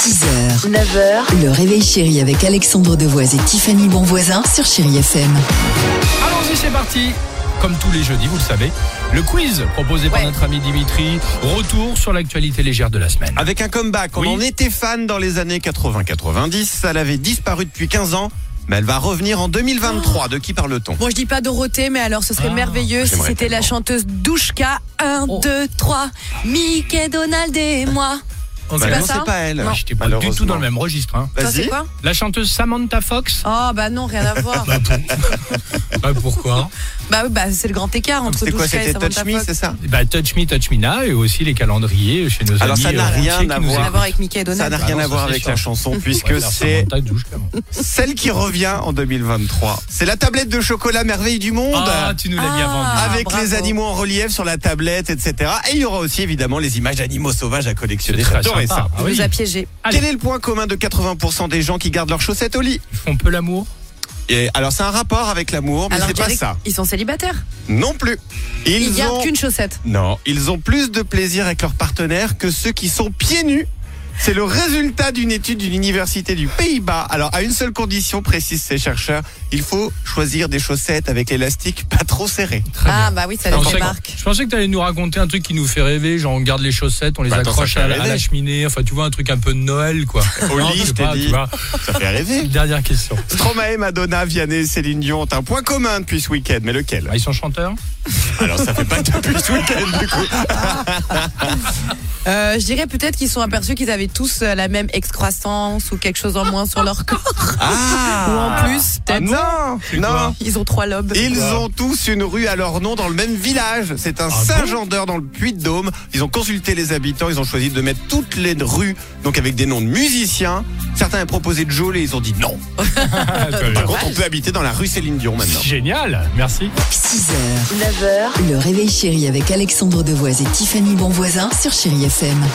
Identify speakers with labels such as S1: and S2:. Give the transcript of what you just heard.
S1: 6h, 9h, le réveil chéri avec Alexandre Devoise et Tiffany Bonvoisin sur Chéri FM.
S2: Allons-y, c'est parti comme tous les jeudis, vous le savez, le quiz proposé par notre ami Dimitri. Retour sur l'actualité légère de la semaine.
S3: Avec un comeback, on
S2: Oui.
S3: en était fan dans les années 80-90, elle avait disparu depuis 15 ans, mais elle va revenir en 2023. De qui parle-t-on
S4: Bon, je dis pas Dorothée, mais alors ce serait
S2: Ah,
S4: merveilleux si
S3: j'aimerais
S4: c'était la
S3: tellement.
S4: chanteuse Douchka. 1,
S2: Oh.
S4: 2, 3. Mickey, Donald et moi.
S2: Ok.
S3: Bah
S4: pas
S3: non,
S4: ça
S3: c'est pas elle.
S2: Ouais, Ah, J'étais hein? pas du tout dans le même registre. hein.
S4: Toi, c'est
S3: Vas-y.
S4: quoi
S2: La chanteuse Samantha Fox.
S4: Oh, bah non, rien à voir.
S2: Bah, pourquoi
S4: bah, oui, bah c'est le grand écart entre
S3: C'est quoi
S4: Douchka et
S3: C'était
S4: Samantha
S3: Touch Me,
S4: Fox.
S3: c'est ça
S2: Bah, Touch Me, Touch Me Now et aussi les calendriers chez nos amis.
S3: Alors, ça n'a
S2: euh,
S3: rien
S2: routiers
S3: à
S2: qui nous
S3: voir.
S4: Rien à
S2: écoutent.
S4: voir avec Mickey et
S3: Ça
S4: Donald.
S3: n'a
S2: Bah
S3: rien
S2: non,
S3: à
S2: ça,
S3: voir
S2: c'est
S3: avec
S2: sûr.
S3: la chanson,
S2: On va
S3: puisque
S2: faire
S3: c'est
S2: Samantha Douche, quand même.
S3: celle qui revient en 2023. C'est la tablette de chocolat merveille du monde.
S2: Ah, tu nous l'as bien vendu.
S4: Ah,
S3: avec
S4: bravo.
S3: les animaux en relief sur la tablette, etc. Et il y aura aussi évidemment les images d'animaux sauvages à
S2: C'est
S3: collectionner.
S2: très
S3: J'adorais
S2: sympa.
S3: ça.
S2: Ah
S4: Il
S2: oui.
S4: nous a piégés.
S2: Allez.
S3: Quel est le point commun de 80% des gens qui gardent leurs chaussettes au lit
S2: Ils font peu l'amour.
S3: Et Alors c'est un rapport avec l'amour, mais
S4: Alors,
S3: c'est
S4: je
S3: pas
S4: dirais
S3: ça.
S4: qu'ils sont célibataires.
S3: Non plus. Ils,
S4: Ils, gardent
S3: ont...
S4: qu'une chaussette.
S3: Non, ils ont plus de plaisir avec leur partenaire que ceux qui sont pieds nus. C'est le résultat d'une étude d'une université du Pays-Bas. Alors, à une seule condition, précise ces chercheurs, il faut choisir des chaussettes avec l'élastique pas trop serré.
S2: Très bien.
S4: ah, bah oui, ça
S2: Je
S4: les
S2: pensais,
S4: démarque.
S2: je pensais que tu allais nous raconter un truc qui nous fait rêver, genre on garde les chaussettes, on les
S3: Bah, attends,
S2: accroche
S3: ça fait
S2: à, la- à
S3: rêver.
S2: la cheminée, enfin tu vois un truc un peu de Noël quoi.
S3: Au
S2: Non,
S3: lit,
S2: je
S3: je
S2: sais
S3: t'ai
S2: pas,
S3: dit.
S2: tu vois.
S3: Ça fait rêver.
S2: Dernière question.
S3: Stromae, Madonna, Vianney, Céline Dion ont un point commun depuis ce week-end, mais lequel
S2: Ah, ils sont chanteurs
S3: Alors, ça fait pas depuis ce week-end, du coup.
S4: Euh, je dirais peut-être qu'ils sont aperçus qu'ils avaient tous euh, la même excroissance ou quelque chose en moins sur leur corps.
S3: Ah
S4: Ou en plus, peut-être.
S3: Non
S2: quoi
S3: Non
S4: Ils ont trois lobes.
S3: Ils ont tous une rue à leur nom dans le même village. C'est un
S2: Ah
S3: Saint-Gendeur dans le Puy-de-Dôme. Ils ont consulté les habitants, ils ont choisi de mettre toutes les rues, donc avec des noms de musiciens. Certains avaient proposé de Joel et ils ont dit non.
S2: Ah, très bien.
S3: Par contre, on peut habiter dans la rue Céline Dion maintenant.
S2: Génial, merci.
S1: 6h, 9h, le réveil chéri avec Alexandre Devoise et Tiffany Bonvoisin sur Chéri FM.